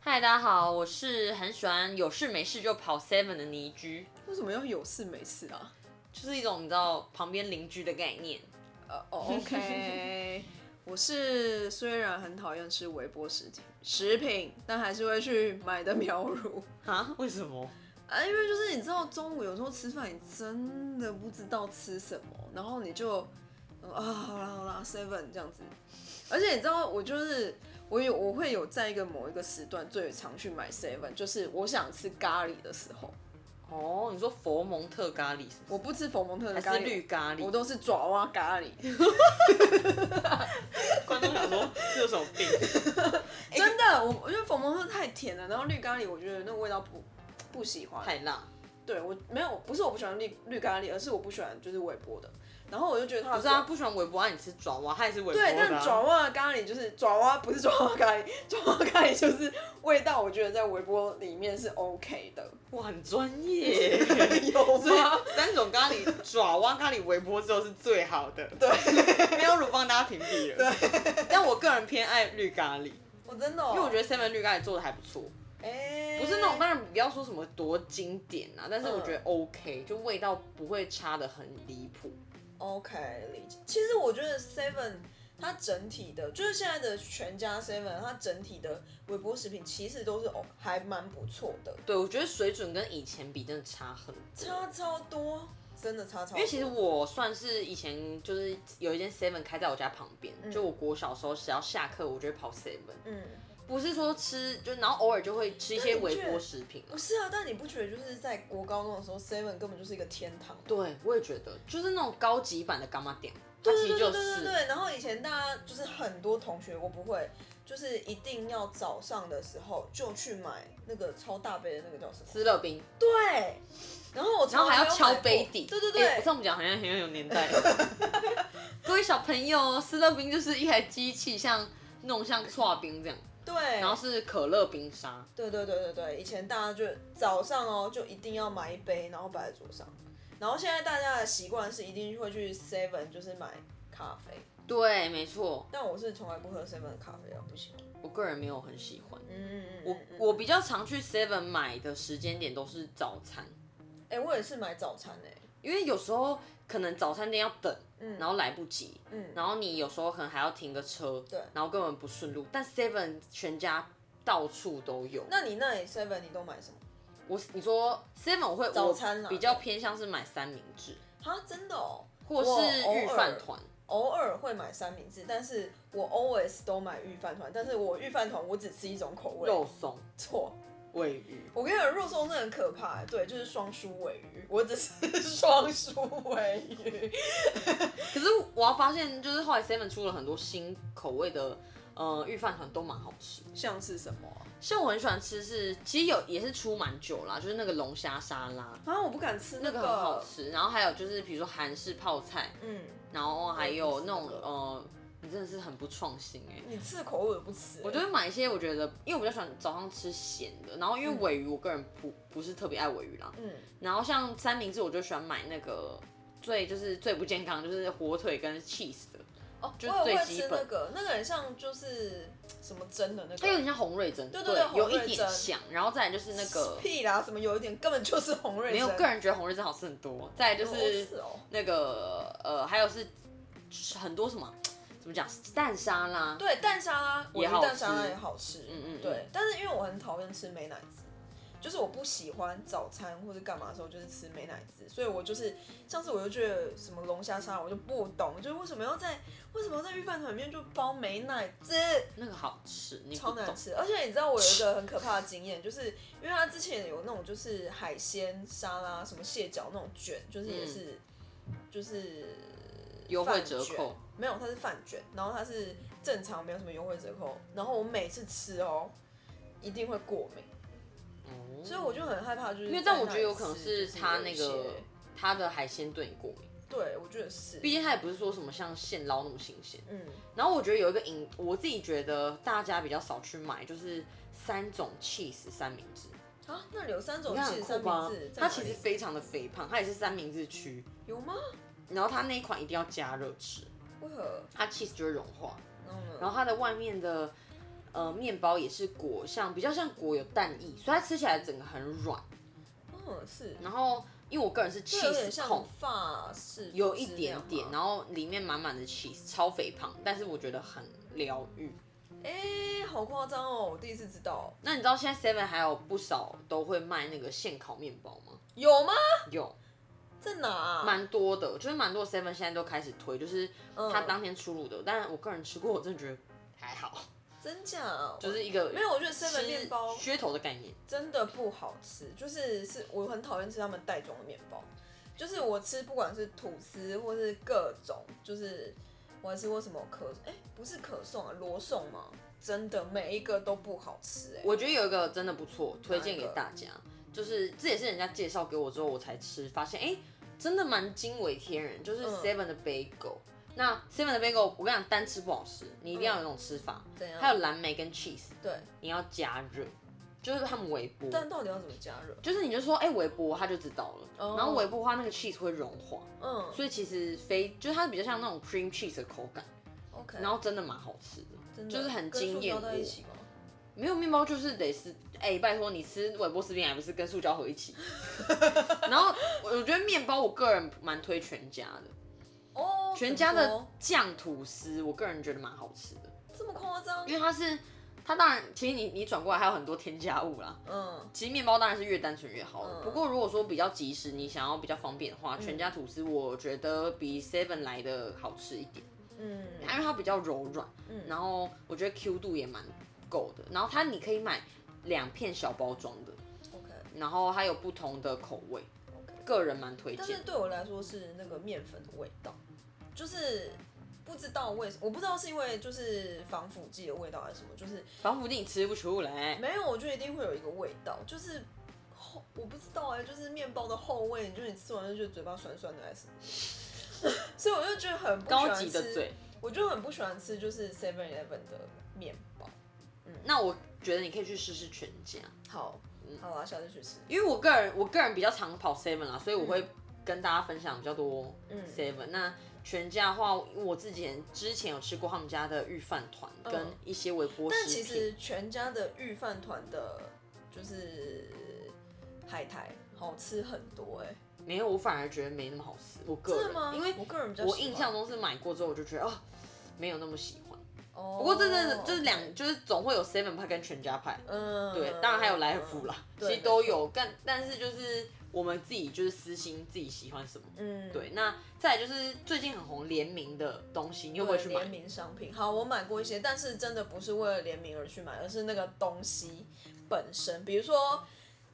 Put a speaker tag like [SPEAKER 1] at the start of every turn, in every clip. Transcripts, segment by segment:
[SPEAKER 1] 嗨，大家好，我是很喜欢有事没事就跑 Seven 的倪居，
[SPEAKER 2] 为什么要有事没事啊？
[SPEAKER 1] 就是一种你知道旁边邻居的概念。
[SPEAKER 2] 呃、o o k 我是虽然很讨厌吃微波食品食品，但还是会去买的苗乳
[SPEAKER 1] 啊？为什么？
[SPEAKER 2] 啊，因为就是你知道中午有时候吃饭你真的不知道吃什么，然后你就嗯啊好啦好啦 seven 这样子，而且你知道我就是我有我会有在一个某一个时段最常去买 seven，就是我想吃咖喱的时候，
[SPEAKER 1] 哦，你说佛蒙特咖喱是不
[SPEAKER 2] 我不吃佛蒙特的
[SPEAKER 1] 是
[SPEAKER 2] 咖
[SPEAKER 1] 还
[SPEAKER 2] 喱，
[SPEAKER 1] 是绿咖喱？
[SPEAKER 2] 我都是爪哇咖喱。
[SPEAKER 1] 观众 想说这有什么病？
[SPEAKER 2] 真的，我我觉得粉红色太甜了，然后绿咖喱我觉得那个味道不不喜欢。
[SPEAKER 1] 太辣，
[SPEAKER 2] 对我没有，不是我不喜欢绿绿咖喱，而是我不喜欢就是微波的。然后我就觉得它
[SPEAKER 1] 不
[SPEAKER 2] 的
[SPEAKER 1] 是啊，
[SPEAKER 2] 爪
[SPEAKER 1] 不喜欢微博，啊，你吃爪哇，他也是微博
[SPEAKER 2] 对，
[SPEAKER 1] 的、
[SPEAKER 2] 但爪
[SPEAKER 1] 啊。
[SPEAKER 2] 哇的咖喱就是爪哇，不是爪哇咖喱，爪哇咖喱就是味道，我觉得在微波里面是 OK 的。
[SPEAKER 1] 哇，很专业。
[SPEAKER 2] 有
[SPEAKER 1] 所以
[SPEAKER 2] 吗？
[SPEAKER 1] 三种咖喱，爪哇咖喱微波之后是最好的。
[SPEAKER 2] 对，
[SPEAKER 1] 喵如帮大家屏蔽了。对，但我个人偏爱绿咖喱，
[SPEAKER 2] 我真的、哦，
[SPEAKER 1] 因为我觉
[SPEAKER 2] 得
[SPEAKER 1] 得 Seven 绿咖喱做的还不错。
[SPEAKER 2] 哎、
[SPEAKER 1] 不是那种，当然不要说什么多经典啊，但是我觉得
[SPEAKER 2] 嗯
[SPEAKER 1] OK，、就味道不会差的很离谱。
[SPEAKER 2] OK，理解。其实我觉得 Seven 它整体的，就是现在的全家 Seven，它整体的微波食品其实都是哦还蛮不错的，
[SPEAKER 1] 对，我觉得水准跟以前比真的差很多。
[SPEAKER 2] 差超多，真的差超多。
[SPEAKER 1] 因为其实我算是以前就是有一间 Seven 开在我家旁边，就我国小时候只要下课，我就会跑 Seven，
[SPEAKER 2] 嗯，
[SPEAKER 1] 不是说吃就然后偶尔就会吃一些微波食品啊
[SPEAKER 2] 不。是啊，但你不觉得就是在国高中的时候，Seven 根本就是一个天堂吗？
[SPEAKER 1] 对，我也觉得就是那种高级版的干妈店，它
[SPEAKER 2] 对
[SPEAKER 1] 其实
[SPEAKER 2] 对对对
[SPEAKER 1] 就
[SPEAKER 2] 对对
[SPEAKER 1] 是
[SPEAKER 2] 对。然后以前大家就是很多同学，我不会，就是一定要早上的时候就去买那个超大杯的那个叫什么？
[SPEAKER 1] 斯乐冰，
[SPEAKER 2] 对。然后我
[SPEAKER 1] 然后还要
[SPEAKER 2] 从来
[SPEAKER 1] 敲
[SPEAKER 2] 哦没有买过
[SPEAKER 1] 杯底，
[SPEAKER 2] 对对对，
[SPEAKER 1] 欸我这么讲好像很有年代。 各位小朋友，斯乐冰就是一台机器，像那种像搓冰这样，
[SPEAKER 2] 对。
[SPEAKER 1] 然后是可乐冰沙。
[SPEAKER 2] 对对对对对，以前大家就早上哦，就一定要买一杯，然后摆在桌上。然后现在大家的习惯是一定会去 Seven 就是买咖啡，
[SPEAKER 1] 对，没错，
[SPEAKER 2] 但我是从来不喝 Seven 的咖啡啊，不喜欢。
[SPEAKER 1] 我个人没有很喜欢。
[SPEAKER 2] 嗯嗯嗯，
[SPEAKER 1] 我
[SPEAKER 2] 嗯嗯
[SPEAKER 1] 我比较常去 Seven 买的时间点都是早餐，
[SPEAKER 2] 哎、我也是买早餐哎、
[SPEAKER 1] 因为有时候可能早餐店要等，
[SPEAKER 2] 嗯
[SPEAKER 1] 然后来不及，
[SPEAKER 2] 嗯，
[SPEAKER 1] 然后你有时候可能还要停个车，
[SPEAKER 2] 对
[SPEAKER 1] 然后根本不顺路。但 Seven 全家到处都有。
[SPEAKER 2] 那你那里 Seven 你都买什么？
[SPEAKER 1] 我你说 Seven 我会
[SPEAKER 2] 早餐
[SPEAKER 1] 我
[SPEAKER 2] 啊啦
[SPEAKER 1] 比较偏向是买三明治。
[SPEAKER 2] 啊，真的哦，
[SPEAKER 1] 或是
[SPEAKER 2] 我
[SPEAKER 1] 御
[SPEAKER 2] 偶尔
[SPEAKER 1] 饭团，
[SPEAKER 2] 偶尔会买三明治，但是我 always 都买御饭团，但是我御饭团我只吃一种口味，
[SPEAKER 1] 肉松、
[SPEAKER 2] 错。
[SPEAKER 1] 尾鱼。
[SPEAKER 2] 我跟你讲，肉松真的很可怕，欸对，就是双输尾鱼，我只是 双输尾鱼。
[SPEAKER 1] 可是我要发现，就是后来 Seven 出了很多新口味的，呃，御饭团都蛮好吃。
[SPEAKER 2] 像是什么
[SPEAKER 1] 像我很喜欢吃是，其实有也是出蛮久啦，就是那个龙虾沙拉，
[SPEAKER 2] 啊？我不敢吃
[SPEAKER 1] 那
[SPEAKER 2] 个
[SPEAKER 1] 个很好。吃。然后还有就是比如说韩式泡菜，
[SPEAKER 2] 嗯，
[SPEAKER 1] 然后还有那种
[SPEAKER 2] 我也不吃那个嗯
[SPEAKER 1] 呃，你真的是很不创新哎、
[SPEAKER 2] 你吃的口味我不吃、
[SPEAKER 1] 我就会买一些，我觉得，因为我比较喜欢早上吃咸的，然后因为尾鱼，我个人不不是特别爱尾鱼啦，
[SPEAKER 2] 嗯，
[SPEAKER 1] 然后像三明治，我就喜欢买那个最就是最不健康，就是火腿跟 cheese 的，
[SPEAKER 2] 哦，
[SPEAKER 1] 就是
[SPEAKER 2] 我也
[SPEAKER 1] 最
[SPEAKER 2] 会
[SPEAKER 1] 基
[SPEAKER 2] 吃
[SPEAKER 1] 本
[SPEAKER 2] 那个，那个很像就是什么蒸的那
[SPEAKER 1] 它有
[SPEAKER 2] 个。
[SPEAKER 1] 点像红瑞珍，
[SPEAKER 2] 对对对
[SPEAKER 1] 有
[SPEAKER 2] 红瑞
[SPEAKER 1] 一点
[SPEAKER 2] 珍
[SPEAKER 1] 像。然后再来就是那个，
[SPEAKER 2] 屁啦，什么有一点根本就是红瑞
[SPEAKER 1] 没有
[SPEAKER 2] 珍
[SPEAKER 1] 个人觉得红瑞珍好吃很多。再来就
[SPEAKER 2] 哦
[SPEAKER 1] 是
[SPEAKER 2] 是哦，
[SPEAKER 1] 那个呃，还有是很多什么怎么讲蛋沙拉，
[SPEAKER 2] 对哎蛋沙拉，我
[SPEAKER 1] 也
[SPEAKER 2] 觉得
[SPEAKER 1] 好
[SPEAKER 2] 蛋沙拉
[SPEAKER 1] 吃
[SPEAKER 2] 也好吃，
[SPEAKER 1] 嗯嗯嗯
[SPEAKER 2] 对。但是因为我很讨厌吃美乃滋，就是我不喜欢早餐或者干嘛的时候就是吃美乃滋，所以我就是上次我就觉得什么龙虾沙拉我就不懂，就是为什么要在为什么要在预饭团里面就包美乃滋，
[SPEAKER 1] 那个好吃，你不
[SPEAKER 2] 超难
[SPEAKER 1] 懂。
[SPEAKER 2] 吃。而且你知道我有一个很可怕的经验，就是因为它之前有那种就是海鲜沙拉什么蟹脚那种卷，就是
[SPEAKER 1] 嗯
[SPEAKER 2] 也是、就是
[SPEAKER 1] 优惠折
[SPEAKER 2] 饭
[SPEAKER 1] 扣
[SPEAKER 2] 卷，没有，它是饭卷，然后它是正常没有什么优惠折扣，然后我每次吃哦一定会过敏，
[SPEAKER 1] 哦
[SPEAKER 2] 所以我就很害怕，就是
[SPEAKER 1] 因为这
[SPEAKER 2] 在
[SPEAKER 1] 样我
[SPEAKER 2] 那
[SPEAKER 1] 觉得有
[SPEAKER 2] 里
[SPEAKER 1] 可能
[SPEAKER 2] 吃
[SPEAKER 1] 是
[SPEAKER 2] 就是
[SPEAKER 1] 它
[SPEAKER 2] 有
[SPEAKER 1] 那
[SPEAKER 2] 一
[SPEAKER 1] 个
[SPEAKER 2] 些
[SPEAKER 1] 它的海鲜对你过敏，
[SPEAKER 2] 对我觉得是，
[SPEAKER 1] 毕竟它也不是说什么像现捞那么新鲜。
[SPEAKER 2] 嗯，
[SPEAKER 1] 然后我觉得有一个饮，我自己觉得大家比较少去买，就是三种 cheese 三明治，
[SPEAKER 2] 啊，那里有三种
[SPEAKER 1] 你看很
[SPEAKER 2] 是
[SPEAKER 1] 酷
[SPEAKER 2] 三
[SPEAKER 1] 吧
[SPEAKER 2] 明治？，在
[SPEAKER 1] 它
[SPEAKER 2] 哪
[SPEAKER 1] 其
[SPEAKER 2] 里
[SPEAKER 1] 实非常的肥胖，它也是三明治区。
[SPEAKER 2] 有吗？
[SPEAKER 1] 然后它那一款一定要加热吃，
[SPEAKER 2] 为何？
[SPEAKER 1] 它 cheese 就会融化，
[SPEAKER 2] 嗯然后呢？
[SPEAKER 1] 然后它的外面的呃面包也是果，像比较像果有蛋液，所以它吃起来整个很软。
[SPEAKER 2] 嗯，是，
[SPEAKER 1] 然后因为我个人是
[SPEAKER 2] 这有点
[SPEAKER 1] cheese 控
[SPEAKER 2] 像，法式，
[SPEAKER 1] 有一点点，然。后里面满满的 cheese，超肥胖，但是我觉得很疗愈。
[SPEAKER 2] 哎、好夸张哦！我第一次知道，
[SPEAKER 1] 那你知道现在 Seven 还有不少都会卖那个现烤面包吗？
[SPEAKER 2] 有吗？
[SPEAKER 1] 有，
[SPEAKER 2] 在哪、啊？
[SPEAKER 1] 蛮多的，就是蛮多 Seven 现在都开始推，就是
[SPEAKER 2] 嗯
[SPEAKER 1] 它当天出炉的。但我个人吃过，我真的觉得还好，
[SPEAKER 2] 真假啊？
[SPEAKER 1] 就是一个
[SPEAKER 2] 没有，我觉得
[SPEAKER 1] 吃
[SPEAKER 2] seven 面包
[SPEAKER 1] 噱头的概念。
[SPEAKER 2] 真的不好吃，就是是我很讨厌吃他们袋装的面包，就是我吃不管是吐司或是各种，就是我还吃过什么可哎、不是可颂啊罗颂吗？真的每一个都不好吃哎、
[SPEAKER 1] 我觉得有一个真的不错，推荐给
[SPEAKER 2] 哪一个
[SPEAKER 1] 大家，就是这也是人家介绍给我之后我才吃，发现哎、诶真的蛮惊为天人，就是
[SPEAKER 2] 嗯
[SPEAKER 1] Seven 的 bagel。那 Seven 的 bagel，我跟你讲，单吃不好吃，你一定要有一种吃法，
[SPEAKER 2] 嗯怎样？
[SPEAKER 1] 还有蓝莓跟 cheese，
[SPEAKER 2] 对，
[SPEAKER 1] 你要加热，就是他们微波。
[SPEAKER 2] 但到底要怎么加热？
[SPEAKER 1] 就是你就说，哎、微波，他就知道了。
[SPEAKER 2] 哦
[SPEAKER 1] 然后微波的话，那个 cheese 会融化，
[SPEAKER 2] 嗯
[SPEAKER 1] 所以其实非就是它比较像那种 cream cheese 的口感，
[SPEAKER 2] ，OK，
[SPEAKER 1] 然后真的蛮好吃的，
[SPEAKER 2] 真的
[SPEAKER 1] 就是很
[SPEAKER 2] 跟
[SPEAKER 1] 惊
[SPEAKER 2] 塑
[SPEAKER 1] 艳
[SPEAKER 2] 胶
[SPEAKER 1] 我
[SPEAKER 2] 在。一起吗？
[SPEAKER 1] 没有面包就是得是，哎、拜托你吃微波食品还不是跟塑胶合一 起？然后我我觉得面包，我个人蛮推全家的，
[SPEAKER 2] 哦，
[SPEAKER 1] 全家
[SPEAKER 2] 怎么
[SPEAKER 1] 的酱吐司，我个人觉得蛮好吃的，
[SPEAKER 2] 说这么夸张
[SPEAKER 1] 因？为它是它当然其实你你转过来还有很多添加物啦，
[SPEAKER 2] 嗯，
[SPEAKER 1] 其实面包当然是越单纯越好的，
[SPEAKER 2] 嗯
[SPEAKER 1] 不过如果说比较及时，你想要比较方便的话，全家吐司我觉得比 Seven 来的好吃一点，
[SPEAKER 2] 嗯
[SPEAKER 1] 因为它比较柔软，
[SPEAKER 2] 嗯
[SPEAKER 1] 然后我觉得 Q 度也蛮够的，然后它你可以买两片小包装的，
[SPEAKER 2] ，OK，
[SPEAKER 1] 然后还有不同的口味，个人蛮推
[SPEAKER 2] 但
[SPEAKER 1] 荐
[SPEAKER 2] 是。对我来说是那个面粉的味道，就是不知道为什我不知道是因为就是防腐剂的味道还是什么，就是
[SPEAKER 1] 防腐剂你吃不出来，
[SPEAKER 2] 没有，我觉得一定会有一个味道，就是后我不知道哎、就是面包的后味，你就你吃完就觉得嘴巴酸酸的还是什么，所以我就觉得很不喜
[SPEAKER 1] 高
[SPEAKER 2] 欢
[SPEAKER 1] 级
[SPEAKER 2] 吃，
[SPEAKER 1] 的嘴。
[SPEAKER 2] 我就很不喜欢吃就是 Seven Eleven 的面包。
[SPEAKER 1] 那我觉得你可以去试试全家，
[SPEAKER 2] 好，
[SPEAKER 1] 嗯
[SPEAKER 2] 好啊，下次去吃。
[SPEAKER 1] 因为我个人我个人比较常跑 Seven 啦，所以我
[SPEAKER 2] 嗯
[SPEAKER 1] 会跟大家分享比较多 Seven、那全家的话，我自己之前有吃过他们家的御饭团跟一些微波
[SPEAKER 2] 嗯但
[SPEAKER 1] 食
[SPEAKER 2] 其
[SPEAKER 1] 品，
[SPEAKER 2] 实全家的御饭团的，就是海苔好吃很多哎、
[SPEAKER 1] 没有，我反而觉得没那么好吃。我个
[SPEAKER 2] 真
[SPEAKER 1] 人
[SPEAKER 2] 的吗？
[SPEAKER 1] 因为
[SPEAKER 2] 我个人比较喜
[SPEAKER 1] 我
[SPEAKER 2] 欢
[SPEAKER 1] 印象，中是买过之后我就觉得哦，没有那么喜欢。
[SPEAKER 2] 哦、
[SPEAKER 1] 不过这真的就是两，就是总会有 Seven 派跟全家派，
[SPEAKER 2] 嗯，
[SPEAKER 1] 对，当然还有莱尔富啦，
[SPEAKER 2] 对
[SPEAKER 1] 其实都有，但但是就是我们自己就是私心自己喜欢什么。
[SPEAKER 2] 嗯，
[SPEAKER 1] 对，那再来就是最近很红联名的东西，你会
[SPEAKER 2] 对。
[SPEAKER 1] 不会去买嗯
[SPEAKER 2] 联？名商品，好，我买过一些，但是真的不是为了联名而去买，而是那个东西本身。比如说，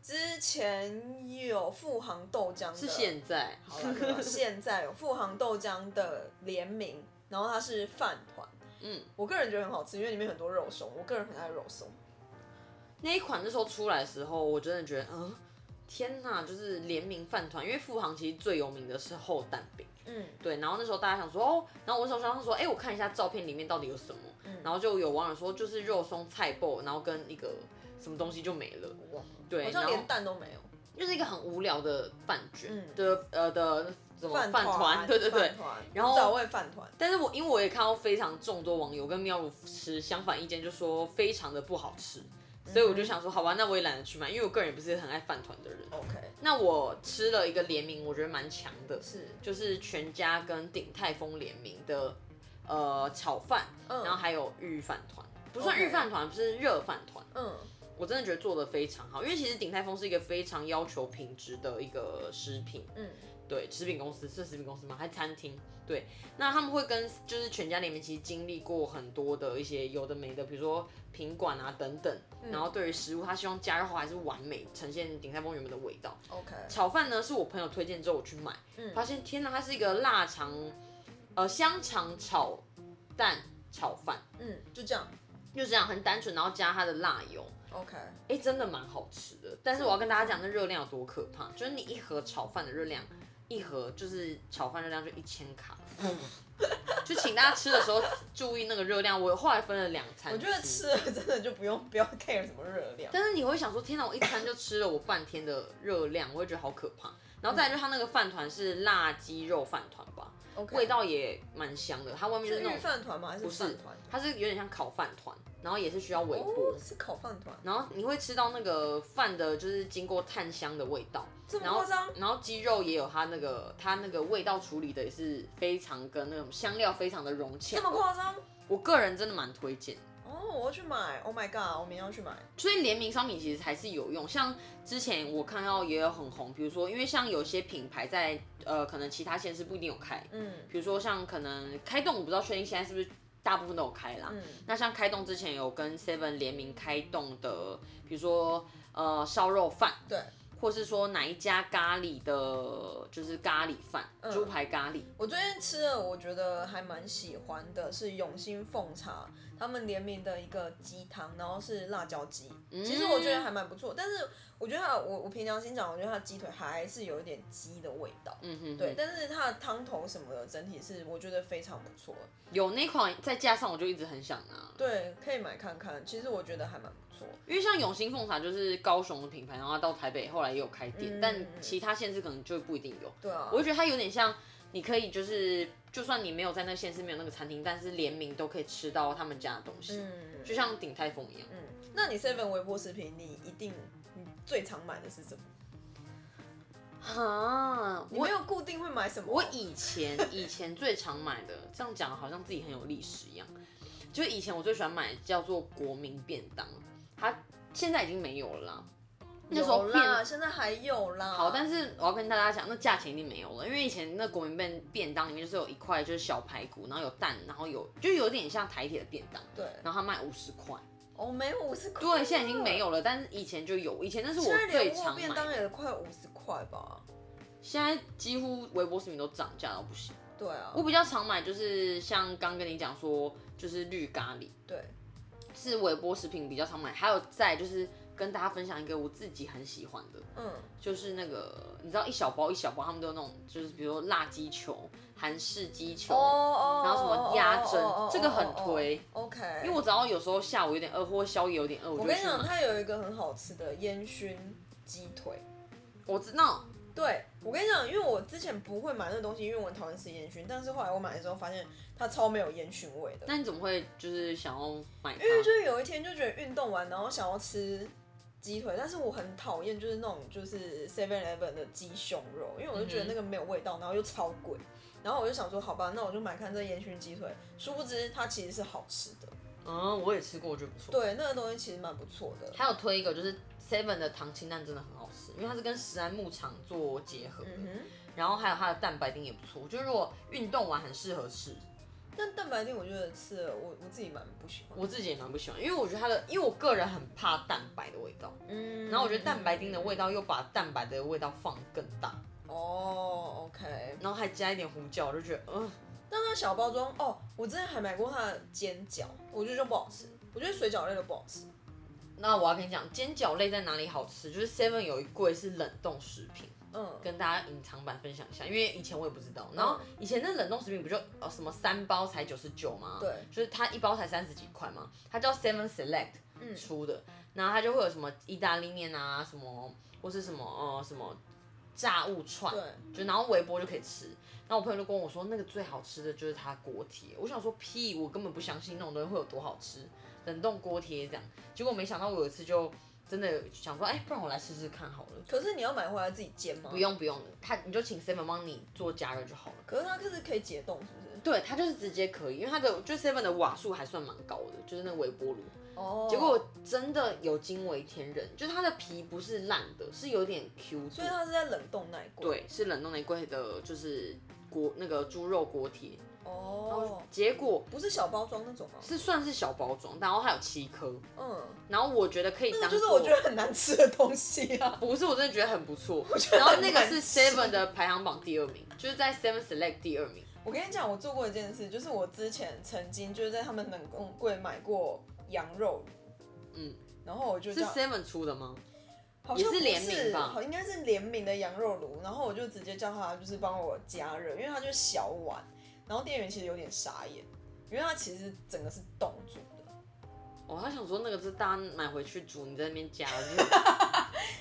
[SPEAKER 2] 之前有富航豆浆的
[SPEAKER 1] 是现在，
[SPEAKER 2] 好 啦对吧现在有富航豆浆的联名，然后它是饭团。
[SPEAKER 1] 嗯，
[SPEAKER 2] 我个人觉得很好吃，因为里面很多肉松，我个人很爱肉松。
[SPEAKER 1] 那一款那时候出来的时候，我真的觉得，嗯，天哪，就是联名饭团，因为富航其实最有名的是厚蛋饼，
[SPEAKER 2] 嗯，
[SPEAKER 1] 对，然后那时候大家想说，哦，然后我手上说，哎、我看一下照片里面到底有什么，
[SPEAKER 2] 嗯
[SPEAKER 1] 然后就有网友说，就是肉松菜爆，然后跟一个什么东西就没了，
[SPEAKER 2] 哇
[SPEAKER 1] 对，
[SPEAKER 2] 好
[SPEAKER 1] 然
[SPEAKER 2] 像
[SPEAKER 1] 后
[SPEAKER 2] 连蛋都没有。
[SPEAKER 1] 就是一个很无聊的饭卷、
[SPEAKER 2] 嗯
[SPEAKER 1] 的呃的什么饭团，
[SPEAKER 2] 团，
[SPEAKER 1] 对对对
[SPEAKER 2] 饭。团
[SPEAKER 1] 然后
[SPEAKER 2] 早味饭团，
[SPEAKER 1] 但是我因为我也看到非常众多网友跟喵如持相反意见，就说非常的不好吃，
[SPEAKER 2] 嗯
[SPEAKER 1] 所以我就想说，好吧，那我也懒得去买，因为我个人也不是很爱饭团的人。
[SPEAKER 2] OK，
[SPEAKER 1] 那我吃了一个联名，我觉得蛮强的，
[SPEAKER 2] 是，
[SPEAKER 1] 就是全家跟鼎泰丰联名的呃炒饭，
[SPEAKER 2] 嗯
[SPEAKER 1] 然后还有御饭团，不算
[SPEAKER 2] OK
[SPEAKER 1] 御饭团，不是热饭团。
[SPEAKER 2] 嗯，
[SPEAKER 1] 我真的觉得做的非常好，因为其实鼎泰丰是一个非常要求品质的一个食品，
[SPEAKER 2] 嗯，
[SPEAKER 1] 对，食品公司是食品公司吗？还餐厅？对，那他们会跟就是全家联名，其实经历过很多的一些有的没的，比如说品管啊等等，然后对于食物，他希望加热后还是完美呈现鼎泰丰原本的味道。
[SPEAKER 2] OK，
[SPEAKER 1] 炒饭呢，是我朋友推荐之后我去买，发现天哪，它是一个腊肠，呃，香肠炒蛋炒饭，
[SPEAKER 2] 嗯，就这样
[SPEAKER 1] 就这样很单纯，然后加它的辣油，
[SPEAKER 2] ，OK，
[SPEAKER 1] 哎、真的蛮好吃的。但是我要跟大家讲，这热量有多可怕，就是你一盒炒饭的热量，一盒就是炒饭热量就一千卡，
[SPEAKER 2] 嗯
[SPEAKER 1] 就请大家吃的时候注意那个热量。我后来分了两餐，
[SPEAKER 2] 我觉得。吃了真的就不用不要 care 什么热量，
[SPEAKER 1] 但是你会想说，天哪！我一餐就吃了我半天的热量，我会觉得好可怕。然后再来就是它那个饭团是辣鸡肉饭团吧，
[SPEAKER 2] OK
[SPEAKER 1] 味道也蛮香的。它外面就是是那
[SPEAKER 2] 御
[SPEAKER 1] 种，
[SPEAKER 2] 饭团吗？还是饭团？
[SPEAKER 1] 它是有点像烤饭团，然后也是需要微波。
[SPEAKER 2] 哦，是烤饭团，
[SPEAKER 1] 然后你会吃到那个饭的，就是经过炭香的味道，
[SPEAKER 2] 这么
[SPEAKER 1] 然后
[SPEAKER 2] 夸张？
[SPEAKER 1] 然后鸡肉也有它那个它那个味道处理的也是非常跟那种香料非常的融洽
[SPEAKER 2] 这。么夸张？
[SPEAKER 1] 我个人真的蛮推荐，
[SPEAKER 2] 哦，我要去买，Oh my god，我明天要去买。
[SPEAKER 1] 所以联名商品其实还是有用。像之前我看到也有很红，比如说因为像有些品牌在呃可能其他县市不一定有开，
[SPEAKER 2] 嗯
[SPEAKER 1] 比如说像可能开动，我不知道确定现在是不是大部分都有开啦。
[SPEAKER 2] 嗯，
[SPEAKER 1] 那像开动之前有跟 Seven 联名开动的，比如说呃烧肉饭，
[SPEAKER 2] 对，
[SPEAKER 1] 或是说哪一家咖喱的，就是咖喱饭，
[SPEAKER 2] 嗯
[SPEAKER 1] 猪排咖喱，
[SPEAKER 2] 我最近吃的，我觉得还蛮喜欢的，是永兴凤茶他们联名的一个鸡汤，然后是辣椒鸡。
[SPEAKER 1] 嗯
[SPEAKER 2] 其实我觉得还蛮不错，但是我觉得它，我我平常心讲，我觉得它的鸡腿还是有一点鸡的味道。
[SPEAKER 1] 嗯哼哼，
[SPEAKER 2] 对，但是它的汤头什么的，整体是我觉得非常不错的。
[SPEAKER 1] 有那款再加上我就一直很想拿，
[SPEAKER 2] 对，可以买看看。其实我觉得还蛮不错。
[SPEAKER 1] 因为像永兴凤茶就是高雄的品牌，然后它到台北后来也有开店，
[SPEAKER 2] 嗯
[SPEAKER 1] 但其他县市可能就不一定有。
[SPEAKER 2] 对啊，
[SPEAKER 1] 我就觉得它有点像，你可以就是就算你没有在那个县市没有那个餐厅，但是联名都可以吃到他们家的东西，
[SPEAKER 2] 嗯
[SPEAKER 1] 就像鼎泰丰一样。
[SPEAKER 2] 嗯，那你 seven 微波食品，你一定你最常买的是什么？
[SPEAKER 1] 啊，
[SPEAKER 2] 嗯你
[SPEAKER 1] 我
[SPEAKER 2] 没有固定会买什么？哦
[SPEAKER 1] 我以前以前最常买的，这样讲好像自己很有历史一样。就以前我最喜欢买的叫做国民便当，它现在已经没有了啦。那时候
[SPEAKER 2] 有
[SPEAKER 1] 便
[SPEAKER 2] 啦，现在还有啦。
[SPEAKER 1] 好，哦但是我要跟大家讲，那价钱一定没有了，因为以前那国民便便当里面就是有一块就是小排骨，然后有蛋，然后有就有点像台铁的便当，
[SPEAKER 2] 对，
[SPEAKER 1] 然后它卖五十块。
[SPEAKER 2] 哦，没有五十块。
[SPEAKER 1] 对，现在已经没
[SPEAKER 2] 有。
[SPEAKER 1] 有了，但是以前就有，以前那是我
[SPEAKER 2] 现在
[SPEAKER 1] 最
[SPEAKER 2] 连握
[SPEAKER 1] 常买
[SPEAKER 2] 便当
[SPEAKER 1] 的。
[SPEAKER 2] 也快五十块吧？
[SPEAKER 1] 现在几乎微波食品都涨价到不行。
[SPEAKER 2] 对啊
[SPEAKER 1] 我，比较常买就是像刚跟你讲说，就是绿咖喱
[SPEAKER 2] 对，
[SPEAKER 1] 是微波食品比较常买，还有再就是跟大家分享一个我自己很喜欢的，
[SPEAKER 2] 嗯，
[SPEAKER 1] 就是那个你知道一小包一小包，他们都有那种就是比如说辣鸡球、韩式鸡球，
[SPEAKER 2] 哦哦，
[SPEAKER 1] 然后什么鸭胗
[SPEAKER 2] 哦哦哦
[SPEAKER 1] 这个很推
[SPEAKER 2] 哦哦哦 OK，
[SPEAKER 1] 因为我只要有时候下午有点饿或宵夜有点饿，我
[SPEAKER 2] 我
[SPEAKER 1] 就会
[SPEAKER 2] 跟你
[SPEAKER 1] 去
[SPEAKER 2] 讲，
[SPEAKER 1] 买。
[SPEAKER 2] 它有一个很好吃的烟熏鸡腿。
[SPEAKER 1] 我知道，
[SPEAKER 2] 对，我跟你讲，因为我之前不会买那个东西，因为我很讨厌吃烟熏。但是后来我买的时候，发现它超没有烟熏味的。
[SPEAKER 1] 那你怎么会就是想要买它
[SPEAKER 2] 因？为就是有一天就觉得运动完，然后想要吃鸡腿，但是我很讨厌就是那种就是 Seven Eleven 的鸡胸肉，因为我就觉得那个没有味道，然后又超贵。然后我就想说，好吧，那我就买看这烟熏鸡腿。殊不知它其实是好吃的，
[SPEAKER 1] 嗯，我也吃过，我觉得不错。
[SPEAKER 2] 对，那个东西其实蛮不错的。
[SPEAKER 1] 还有推一个就是 Seven 的糖清蛋真的很好吃，因为它是跟食安牧场做结合的。
[SPEAKER 2] 嗯哼，
[SPEAKER 1] 然后还有它的蛋白丁也不错，我觉得如果运动完很适合吃。
[SPEAKER 2] 但蛋白丁我觉得吃了我我自己蛮不喜欢。
[SPEAKER 1] 我自己也蛮不喜欢，因为我觉得它的，因为我个人很怕蛋白的味道，
[SPEAKER 2] 嗯，
[SPEAKER 1] 然后我觉得蛋白丁的味道又把蛋白的味道放更大，
[SPEAKER 2] 哦，OK，
[SPEAKER 1] 然后还加一点胡椒，我就觉得，嗯、
[SPEAKER 2] 但它小包装哦，我之前还买过它的煎饺，我觉得就不好吃。我觉得水饺类的不好吃。
[SPEAKER 1] 那我要跟你讲，煎饺类在哪里好吃？就是 Seven 有一柜是冷冻食品，
[SPEAKER 2] 嗯，
[SPEAKER 1] 跟大家隐藏版分享一下，因为以前我也不知道。然后以前那冷冻食品不就呃什么三包才九十九吗？
[SPEAKER 2] 对
[SPEAKER 1] 就是它一包才三十几块嘛，它叫 Seven
[SPEAKER 2] 嗯
[SPEAKER 1] Select 出的，然后它就会有什么意大利面啊，什么或是什么呃什么炸物串，
[SPEAKER 2] 对
[SPEAKER 1] 就然后微波就可以吃。然后我朋友就跟我说，那个最好吃的就是它锅贴。我想说屁，我根本不相信那种东西会有多好吃，冷冻锅贴这样。结果没想到我有一次就真的想说，哎、不然我来试试看好了。
[SPEAKER 2] 可是你要买回来自己煎吗？
[SPEAKER 1] 不。用不用，他你就请 Seven 帮你做加热就好了。
[SPEAKER 2] 可是它可是可以解冻，是不是？
[SPEAKER 1] 对，它就是直接可以，因为它的就 Seven 的瓦数还算蛮高的，就是那个微波炉。
[SPEAKER 2] 哦。
[SPEAKER 1] 结果真的有惊为天人，就是它的皮不是烂的，是有点 Q 度
[SPEAKER 2] 所以。它是在冷冻那一锅。。
[SPEAKER 1] 对，是冷冻玫瑰的，就是锅那个猪肉锅贴。然后
[SPEAKER 2] 哦。
[SPEAKER 1] 结果
[SPEAKER 2] 不是小包装那种吗？
[SPEAKER 1] 是算是小包装，然后还有七颗，
[SPEAKER 2] 嗯，
[SPEAKER 1] 然后我觉得可以
[SPEAKER 2] 那
[SPEAKER 1] 当
[SPEAKER 2] 个就是
[SPEAKER 1] 做
[SPEAKER 2] 我觉得很难吃的东西啊。
[SPEAKER 1] 不是，我真的觉得很不错。
[SPEAKER 2] 得
[SPEAKER 1] 然后
[SPEAKER 2] 很
[SPEAKER 1] 那个
[SPEAKER 2] 难
[SPEAKER 1] 是
[SPEAKER 2] 吃
[SPEAKER 1] Seven 的排行榜第二名，就是在 Seven Select 第二名。
[SPEAKER 2] 我跟你讲，我做过一件事，就是我之前曾经就是在他们冷冻柜买过羊肉，
[SPEAKER 1] 嗯，
[SPEAKER 2] 然后我就是这样
[SPEAKER 1] Seven 出的吗？
[SPEAKER 2] 好像不
[SPEAKER 1] 也是联名吧
[SPEAKER 2] 好应该是联名的羊肉炉，然后我就直接叫他就是帮我加热，因为它就是小碗，然后店员其实有点傻眼，因为它其实整个是冻住的，
[SPEAKER 1] 哦，他想说那个是大家买回去煮，你在那边 加热。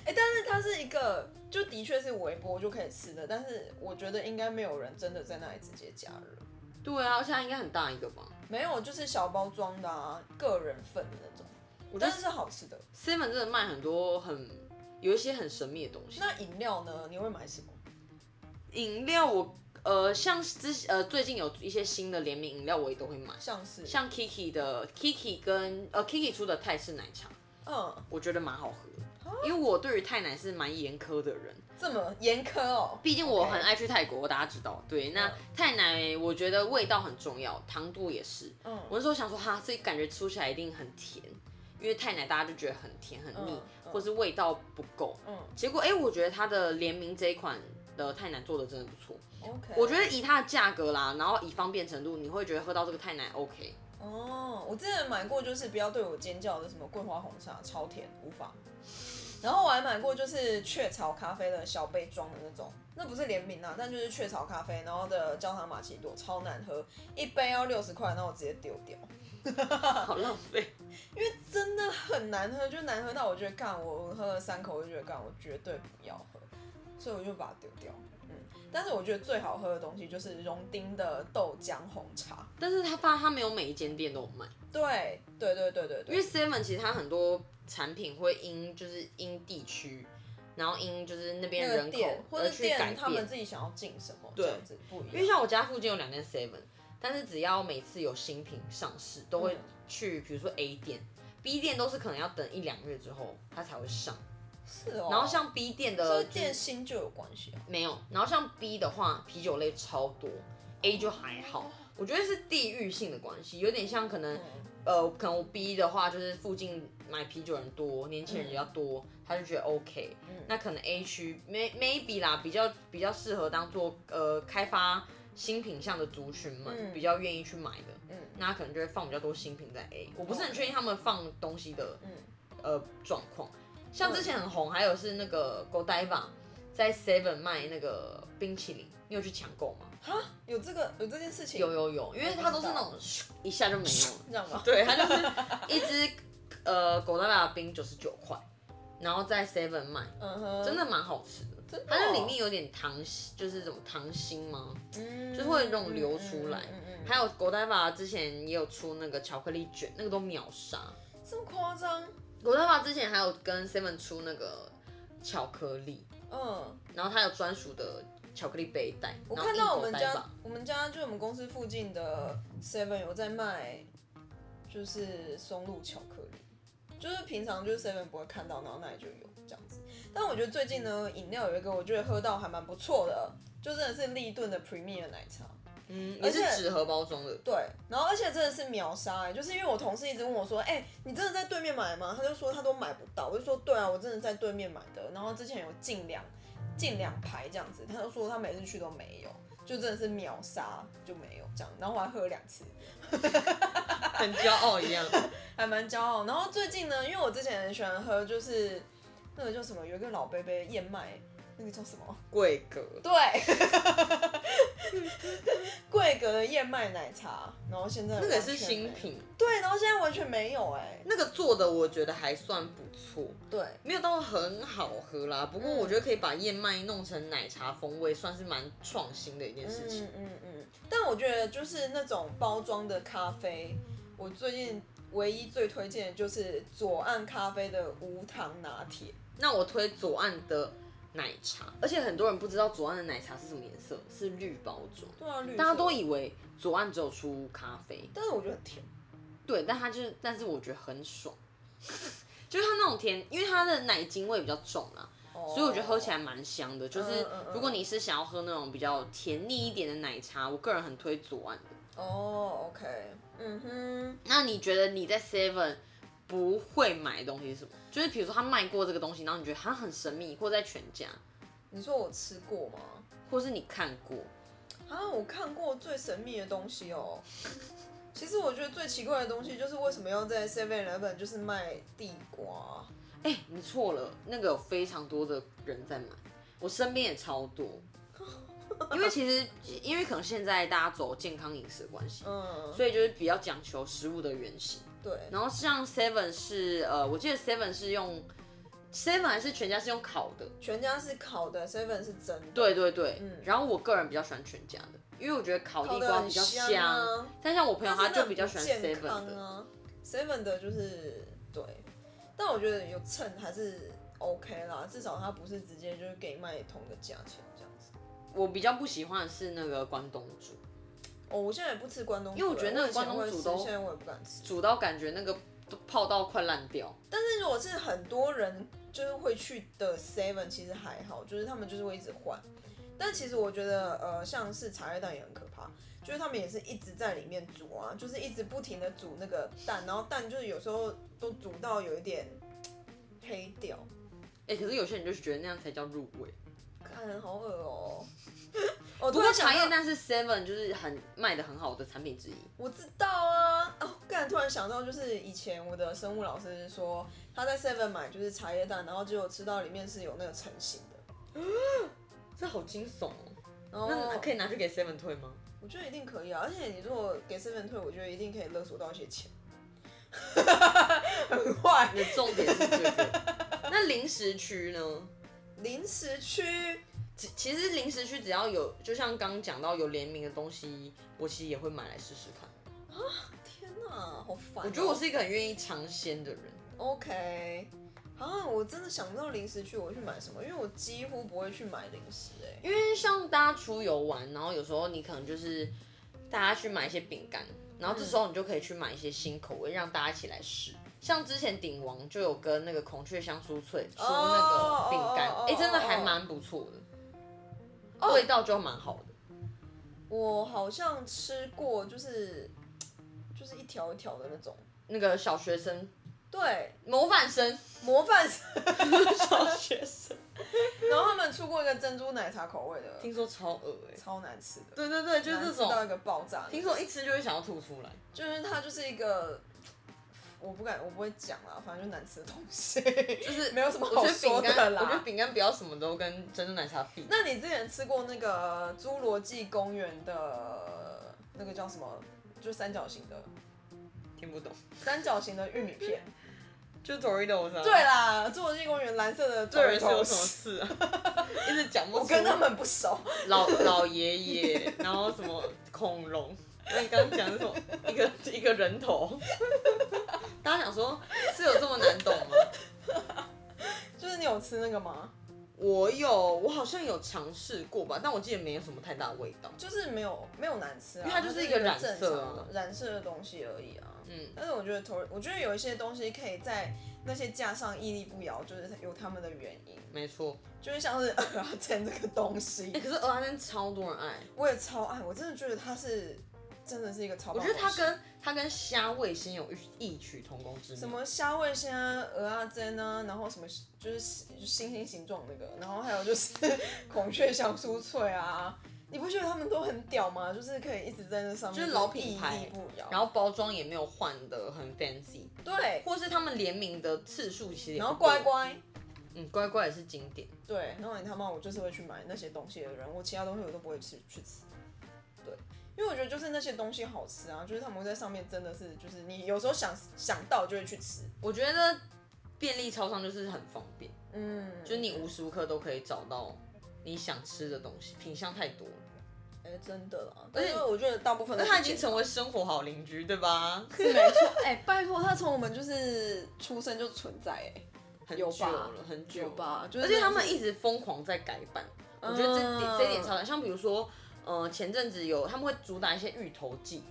[SPEAKER 2] 但是它是一个就的确是微波就可以吃的，但是我觉得应该没有人真的在那里直接加热，
[SPEAKER 1] 对啊，而且它应该很大一个吧
[SPEAKER 2] 没有，就是小包装的啊，个人份的那种。我觉得是好吃的。
[SPEAKER 1] ？Seven 真的卖很多很有一些很神秘的东西。
[SPEAKER 2] 那饮料呢？你会买什么？
[SPEAKER 1] 饮料我呃像之呃最近有一些新的联名饮料我也都会买，
[SPEAKER 2] 像是，
[SPEAKER 1] 像 Kiki 的 Kiki 跟呃 Kiki 出的泰式奶茶，
[SPEAKER 2] 嗯，
[SPEAKER 1] 我觉得蛮好喝，因为我对于泰奶是蛮严苛的人，
[SPEAKER 2] 这么严苛哦。
[SPEAKER 1] 毕竟我
[SPEAKER 2] OK
[SPEAKER 1] 很爱去泰国，大家知道。对，那
[SPEAKER 2] 嗯
[SPEAKER 1] 泰奶我觉得味道很重要，糖度也是。
[SPEAKER 2] 嗯
[SPEAKER 1] 我那时候想说，哈，这感觉出起来一定很甜，因为泰奶大家就觉得很甜很腻，
[SPEAKER 2] 嗯嗯
[SPEAKER 1] 或是味道不够。
[SPEAKER 2] 嗯
[SPEAKER 1] 结果哎、诶我觉得它的联名这一款的泰奶做的真的不错。
[SPEAKER 2] ，OK。
[SPEAKER 1] 我觉得以它的价格啦，然后以方便程度，你会觉得喝到这个泰奶 OK。
[SPEAKER 2] 哦，我之前买过，就是不要对我尖叫的什么桂花红茶，超甜，无法。然后我还买过就是雀巢咖啡的小杯装的那种，那不是联名啊，但就是雀巢咖啡，然后的焦糖玛奇朵超难喝，一杯要六十块，然后我直接丢掉，
[SPEAKER 1] 好浪费。
[SPEAKER 2] 真的很难喝，就难喝到我觉得干，我我喝了三口我就觉得干，我绝对不要喝，所以我就把它丢掉。嗯，但是我觉得最好喝的东西就是荣丁的豆浆红茶，
[SPEAKER 1] 但是它发它没有每一间店都有卖，
[SPEAKER 2] 对对对对对
[SPEAKER 1] 因
[SPEAKER 2] 对，
[SPEAKER 1] 为 Seven 其实它很多产品会因就是因地区，然后因就是那边
[SPEAKER 2] 那个
[SPEAKER 1] 人口
[SPEAKER 2] 店或
[SPEAKER 1] 而
[SPEAKER 2] 者
[SPEAKER 1] 去改
[SPEAKER 2] 店他们
[SPEAKER 1] 变。
[SPEAKER 2] 自己想要进什么，
[SPEAKER 1] 对
[SPEAKER 2] 这样子不一
[SPEAKER 1] 因为
[SPEAKER 2] 样。
[SPEAKER 1] 像我家附近有两间 Seven，但是只要每次有新品上市，都会
[SPEAKER 2] 嗯
[SPEAKER 1] 去比如说 A 店、B 店都是可能要等一两个月之后它才会上。
[SPEAKER 2] 是哦，
[SPEAKER 1] 然后像 B 店
[SPEAKER 2] 这
[SPEAKER 1] 的
[SPEAKER 2] 个店新就有关系啊。
[SPEAKER 1] 没有，然后像 B 的话，啤酒类超多，A 就还好。我觉得是地域性的关系，有点像可能
[SPEAKER 2] 嗯，
[SPEAKER 1] 呃，可能我 B 的话就是附近买啤酒人多，年轻人比较多，
[SPEAKER 2] 嗯
[SPEAKER 1] 他就觉得 OK。那可能 A 区 may maybe 啦，比较比较适合当做呃开发新品项的族群们、
[SPEAKER 2] 嗯
[SPEAKER 1] 比较愿意去买的。
[SPEAKER 2] 嗯
[SPEAKER 1] 那他可能就会放比较多新品在 A，我不是很
[SPEAKER 2] OK
[SPEAKER 1] 确定他们放东西的
[SPEAKER 2] 嗯，
[SPEAKER 1] 呃状况。像之前很红，还有是那个 Godiva 在 Seven 卖那个冰淇淋，你有去抢购吗？
[SPEAKER 2] 哈，有这个有这件事情，
[SPEAKER 1] 有有有，因为它都是那种咻一下就没有了。
[SPEAKER 2] 这样吗？
[SPEAKER 1] 对，它就是一支呃狗蛋拉冰九十九块，然后在 Seven 卖，
[SPEAKER 2] 嗯哼，
[SPEAKER 1] 真的蛮好吃的。
[SPEAKER 2] 真的哦
[SPEAKER 1] 它那里面有点糖，就是什么糖心吗？
[SPEAKER 2] 嗯，
[SPEAKER 1] 就是会有那种流出来
[SPEAKER 2] 嗯嗯嗯嗯
[SPEAKER 1] 还有狗蛋拉之前也有出那个巧克力卷，那个都秒杀。
[SPEAKER 2] 这么夸张？
[SPEAKER 1] 狗蛋拉之前还有跟 Seven 出那个巧克力，
[SPEAKER 2] 嗯，
[SPEAKER 1] 然后它有专属的巧克力背带。
[SPEAKER 2] 我
[SPEAKER 1] 然后
[SPEAKER 2] 看到
[SPEAKER 1] 印
[SPEAKER 2] 我们
[SPEAKER 1] Godiva
[SPEAKER 2] 家我们家就我们公司附近的 Seven 有在卖，就是松露巧克力，就是平常就是 Seven 不会看到，然后那里就有这样子。但我觉得最近呢，饮料有一个我觉得喝到还蛮不错的，就真的是立顿的 Premier 奶茶。
[SPEAKER 1] 嗯，也
[SPEAKER 2] 而
[SPEAKER 1] 是
[SPEAKER 2] 且
[SPEAKER 1] 纸盒包装的，
[SPEAKER 2] 对，然后而且真的是秒杀、欸，就是因为我同事一直问我说，哎、你真的在对面买吗？他就说他都买不到，我就说对啊，我真的在对面买的，然后之前有进两进两排这样子，他就说他每次去都没有，就真的是秒杀就没有这样，然后我还喝了两次，
[SPEAKER 1] 很骄傲一 样。
[SPEAKER 2] 还蛮骄傲。然后最近呢，因为我之前很喜欢喝，就是那个叫什么，有一个老伯伯燕麦，那个叫什么？
[SPEAKER 1] 贵格，
[SPEAKER 2] 对， 贵格的燕麦奶茶，然后现在
[SPEAKER 1] 那个也
[SPEAKER 2] 完
[SPEAKER 1] 是
[SPEAKER 2] 全
[SPEAKER 1] 新
[SPEAKER 2] 没
[SPEAKER 1] 品，
[SPEAKER 2] 对，然后现在完全没有哎、
[SPEAKER 1] 那个做的我觉得还算不错，
[SPEAKER 2] 对，
[SPEAKER 1] 没有到很好喝啦。不过
[SPEAKER 2] 嗯
[SPEAKER 1] 我觉得可以把燕麦弄成奶茶风味，算是蛮创新的一件事情。
[SPEAKER 2] 嗯嗯嗯。但我觉得就是那种包装的咖啡，我最近唯一最推荐的就是左岸咖啡的无糖拿铁。
[SPEAKER 1] 那我推左岸的奶茶，而且很多人不知道左岸的奶茶是什么颜色，是绿包装。
[SPEAKER 2] 对啊，绿色
[SPEAKER 1] 大家都以为左岸只有出咖啡，
[SPEAKER 2] 但是我觉得很甜。
[SPEAKER 1] 对，但它就是，但是我觉得很爽， 就是它那种甜，因为它的奶精味比较重啊，
[SPEAKER 2] 所
[SPEAKER 1] 所以我觉得喝起来蛮香的。就是
[SPEAKER 2] 嗯嗯嗯
[SPEAKER 1] 如果你是想要喝那种比较甜腻一点的奶茶，我个人很推左岸的。
[SPEAKER 2] 哦，OK，嗯哼，
[SPEAKER 1] 那你觉得你在 Seven 不会买的东西是什么？就是比如说他卖过这个东西，然后你觉得它很神秘，或者在全家，
[SPEAKER 2] 你说我吃过吗？
[SPEAKER 1] 或是你看过，
[SPEAKER 2] 啊，我看过最神秘的东西哦。其实我觉得最奇怪的东西就是为什么要在 Seven Eleven 就是卖地瓜，
[SPEAKER 1] 哎、你错了，那个有非常多的人在买，我身边也超多。因为其实，因为可能现在大家走健康饮食的关系，
[SPEAKER 2] 嗯，
[SPEAKER 1] 所以就是比较讲求食物的原型。
[SPEAKER 2] 对，
[SPEAKER 1] 然后像 Seven 是呃，我记得 Seven 是用 Seven 还是全家是用烤的。
[SPEAKER 2] 全家是烤的，seven 是蒸的，
[SPEAKER 1] 对对对，
[SPEAKER 2] 嗯
[SPEAKER 1] 然后我个人比较喜欢全家的，因为我觉得烤地瓜比较
[SPEAKER 2] 烤得很香啊
[SPEAKER 1] 但像我朋友他
[SPEAKER 2] 它真的
[SPEAKER 1] 就比较喜欢
[SPEAKER 2] 不健
[SPEAKER 1] Seven
[SPEAKER 2] 康
[SPEAKER 1] 的。
[SPEAKER 2] 啊，seven 的就是对，但我觉得有称还是 OK 啦，至少它不是直接就是给你卖同个价钱这样子。
[SPEAKER 1] 我比较不喜欢的是那个关东煮，
[SPEAKER 2] 哦，我现在也不吃关东煮了，
[SPEAKER 1] 因为我觉得那个
[SPEAKER 2] 以前
[SPEAKER 1] 关东煮
[SPEAKER 2] 会吃
[SPEAKER 1] 都
[SPEAKER 2] 现在我也不敢吃。
[SPEAKER 1] 煮到感觉那个都泡到快烂掉。
[SPEAKER 2] 但是如果是很多人就是会去的 Seven，其实还好，就是他们就是会一直换。但其实我觉得，呃，像是茶叶蛋也很可怕，就是他们也是一直在里面煮啊，就是一直不停的煮那个蛋，然后蛋就是有时候都煮到有一点嘖黑掉，
[SPEAKER 1] 哎、可是有些人就是觉得那样才叫入味。
[SPEAKER 2] 看好恶哦、
[SPEAKER 1] 不
[SPEAKER 2] 哦，突
[SPEAKER 1] 过
[SPEAKER 2] 然想
[SPEAKER 1] 茶叶
[SPEAKER 2] 到，
[SPEAKER 1] 蛋是 Seven 就是很卖的很好的产品之一。
[SPEAKER 2] 我知道啊。哦，刚才突然想到，就是以前我的生物老师说，他在 Seven 买就是茶叶蛋，然后结果吃到里面是有那个成型的。
[SPEAKER 1] 这好惊悚哦！
[SPEAKER 2] 然后
[SPEAKER 1] 那可以拿去给 Seven 退吗？
[SPEAKER 2] 我觉得一定可以啊，而且你如果给 seven 退，我觉得一定可以勒索到一些钱。很坏。
[SPEAKER 1] 你的重点是这个。那零食区呢？
[SPEAKER 2] 零食区，
[SPEAKER 1] 其其实零食区只要有，就像刚讲到有联名的东西，我其实也会买来试试看。
[SPEAKER 2] 天哪，好烦哦、
[SPEAKER 1] 我觉得我是一个很愿意尝鲜的人。
[SPEAKER 2] OK。啊，我真的想不到零食区我会去买什么，因为我几乎不会去买零食哎、
[SPEAKER 1] 因为像大家出游玩，然后有时候你可能就是大家去买一些饼干，然后这时候你就可以去买一些新口味，让大家一起来试。像之前鼎王就有跟那个孔雀香酥脆出那个饼干，哎、
[SPEAKER 2] 哦哦哦哦哦哦
[SPEAKER 1] 真的还蛮不错的，味道就蛮好的。
[SPEAKER 2] 我好像吃过，就是就是一条一条的那种，
[SPEAKER 1] 那个小学生
[SPEAKER 2] 对，
[SPEAKER 1] 模范生，
[SPEAKER 2] 模范生。
[SPEAKER 1] 小学生，
[SPEAKER 2] 然后他们出过一个珍珠奶茶口味的，
[SPEAKER 1] 听说超恶哎、
[SPEAKER 2] 超难吃的，
[SPEAKER 1] 对对对，就是
[SPEAKER 2] 难
[SPEAKER 1] 这
[SPEAKER 2] 吃到
[SPEAKER 1] 种，
[SPEAKER 2] 一个爆炸。
[SPEAKER 1] 听说一吃就会想要吐出来。
[SPEAKER 2] 就是它就是一个，我不敢，我不会讲啦，反正就难吃的东西，
[SPEAKER 1] 就是
[SPEAKER 2] 没有什么
[SPEAKER 1] 我
[SPEAKER 2] 好
[SPEAKER 1] 觉得饼
[SPEAKER 2] 说的
[SPEAKER 1] 干，我觉得
[SPEAKER 2] 啦。
[SPEAKER 1] 饼干不要什么都跟珍珠奶茶比。
[SPEAKER 2] 那你之前吃过那个侏罗纪公园的那个叫什么？就三角形的
[SPEAKER 1] 听不懂，
[SPEAKER 2] 三角形的玉米片。
[SPEAKER 1] 就 Doritos 啊。
[SPEAKER 2] 对啦， 侏罗纪公园蓝色的
[SPEAKER 1] 这人是有
[SPEAKER 2] Doritos
[SPEAKER 1] 什么事啊？一直讲不出。
[SPEAKER 2] 我跟他们不熟。
[SPEAKER 1] 老老爷爷，然后什么恐龙，那你刚刚讲的什么一个一个人头，大家想说是有这么难懂吗？
[SPEAKER 2] 就是你有吃那个吗？
[SPEAKER 1] 我有，我好像有尝试过吧，但我记得没有什么太大的味道。
[SPEAKER 2] 就是没有没有难吃
[SPEAKER 1] 因
[SPEAKER 2] 啊，
[SPEAKER 1] 为它就是一个染色啊
[SPEAKER 2] 正常的染色的东西而已啊。
[SPEAKER 1] 嗯
[SPEAKER 2] 但是我觉得头，我觉得有一些东西可以在那些架上屹立不摇，就是有他们的原因，
[SPEAKER 1] 没错，
[SPEAKER 2] 就是像是 阿珍这个东西
[SPEAKER 1] 哎、，可是鹅阿珍超多人爱，
[SPEAKER 2] 我也超爱，我真的觉得它是真的是一个超
[SPEAKER 1] 我
[SPEAKER 2] 棒
[SPEAKER 1] 觉
[SPEAKER 2] 的
[SPEAKER 1] 得
[SPEAKER 2] 东西。
[SPEAKER 1] 它跟它跟虾味先有异曲同工之妙。
[SPEAKER 2] 什么虾味鲜啊、鹅啊煎啊，然后什么就是星星形状那个，然后还有就是 孔雀香酥脆啊，你不觉得他们都很屌吗？就是可以一直在那上面，
[SPEAKER 1] 就是老品牌
[SPEAKER 2] 屹立不摇，
[SPEAKER 1] 然后包装也没有换的很 fancy，
[SPEAKER 2] 对，
[SPEAKER 1] 或是他们联名的次数其实也不
[SPEAKER 2] 然后
[SPEAKER 1] 多
[SPEAKER 2] 乖乖，
[SPEAKER 1] 嗯，乖乖也是经典。
[SPEAKER 2] 对，然后你他妈我就是会去买那些东西的人，我其他东西我都不会吃去吃。对，因为我觉得就是那些东西好吃啊，就是他们会在上面真的是就是你有时候想想到就会去吃，
[SPEAKER 1] 我觉得便利超商就是很方便，
[SPEAKER 2] 嗯，
[SPEAKER 1] 就是你无时无刻都可以找到你想吃的东西，品相太多了。
[SPEAKER 2] 哎、真的啦，
[SPEAKER 1] 而
[SPEAKER 2] 而
[SPEAKER 1] 且
[SPEAKER 2] 且我觉得大部分
[SPEAKER 1] 那
[SPEAKER 2] 都
[SPEAKER 1] 它已经成为生活好邻居，对 吧？
[SPEAKER 3] 是没错。 哎、拜托，他从我们就是出生就存在、
[SPEAKER 2] 欸
[SPEAKER 1] 很
[SPEAKER 3] 有
[SPEAKER 1] 久
[SPEAKER 3] 吧
[SPEAKER 1] 了，很
[SPEAKER 3] 哎，
[SPEAKER 1] 久
[SPEAKER 3] 有吧？就是
[SPEAKER 1] 而且他们一直疯狂在改版，我觉得这点
[SPEAKER 3] 嗯
[SPEAKER 1] 这一点超难。像比如说，呃，前阵子有他们会主打一些芋头剂，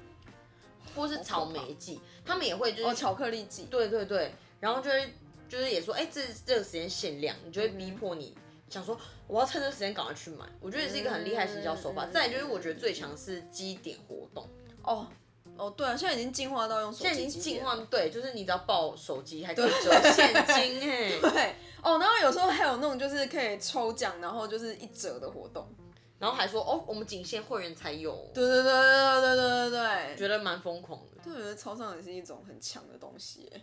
[SPEAKER 1] 或是草莓剂，他们也会就是
[SPEAKER 3] 哦，巧克力季，
[SPEAKER 1] 对对对，然后就会就是也说，哎、这这个时间限量，你就会
[SPEAKER 3] 嗯
[SPEAKER 1] 逼迫你想说，我要趁这个时间赶快去买。我觉得也是一个很厉害的行销手法。
[SPEAKER 3] 嗯
[SPEAKER 1] 再来就是我觉得最强是基点活动，
[SPEAKER 3] 哦哦，对啊，现在已经进化到用手机，
[SPEAKER 1] 现在已经进化，对，就是你只要报手机还可以折现 金哎、
[SPEAKER 3] 对哦，然后有时候还有那种就是可以抽奖，然后就是一折的活动。
[SPEAKER 1] 然后还说哦，我们仅限会员才有，
[SPEAKER 3] 对对对对对对对对对，
[SPEAKER 1] 觉得蛮疯狂的。
[SPEAKER 3] 就觉得超商也是一种很强的东西耶。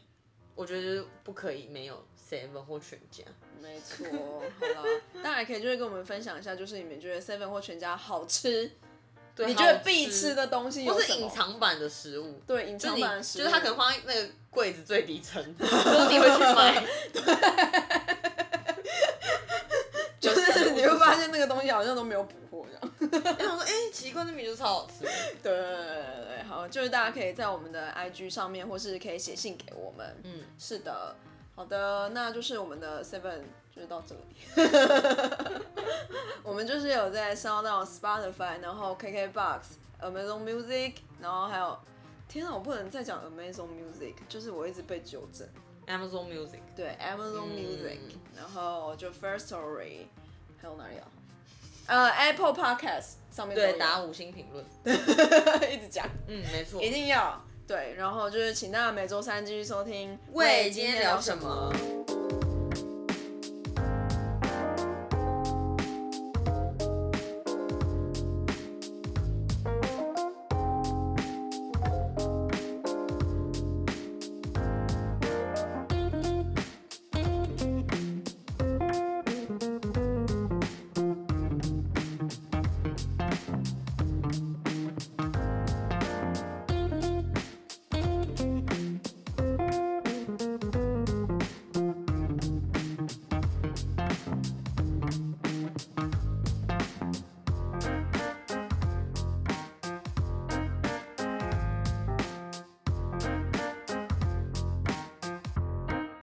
[SPEAKER 1] 我觉得不可以没有 seven 或全家，
[SPEAKER 3] 没错，好啦，大家也可以就是跟我们分享一下，就是你们觉得 Seven 或全家好吃，
[SPEAKER 1] 对，
[SPEAKER 3] 你觉得
[SPEAKER 1] 好
[SPEAKER 3] 必吃的东西有
[SPEAKER 1] 或
[SPEAKER 3] 什
[SPEAKER 1] 是
[SPEAKER 3] 么
[SPEAKER 1] 隐藏版的食物。
[SPEAKER 3] 对隐
[SPEAKER 1] 就是
[SPEAKER 3] 藏
[SPEAKER 1] 你，
[SPEAKER 3] 版的
[SPEAKER 1] 就
[SPEAKER 3] 食物
[SPEAKER 1] 是他可能放在那个柜子最底层，然后你会去买。
[SPEAKER 2] 发现那个东西好像都没有补货这样。
[SPEAKER 1] 我想说，哎、奇怪，那米就是超好吃的。
[SPEAKER 2] 对对对对对，好，就是大家可以在我们的 IG 上面，或是可以写信给我们。
[SPEAKER 1] 嗯，
[SPEAKER 2] 是的，好的，那就是我们的 Seven 就是到这里。 我们就是有在 Sound On、Spotify，然后 KKBox、Amazon Music，然后还有，天啊，我不能再讲 Amazon Music，就是我一直被纠正。
[SPEAKER 1] Amazon Music，
[SPEAKER 2] 对，Amazon
[SPEAKER 1] 嗯
[SPEAKER 2] Music，、然后就 First Story，还有哪里啊？呃，Apple Podcast 上面都
[SPEAKER 1] 对，
[SPEAKER 2] 有
[SPEAKER 1] 打五星评论。
[SPEAKER 2] 一直讲，
[SPEAKER 1] 嗯，没错
[SPEAKER 2] 一。定要对。然后就是请大家每周三继续收听。
[SPEAKER 1] 喂今天聊什么？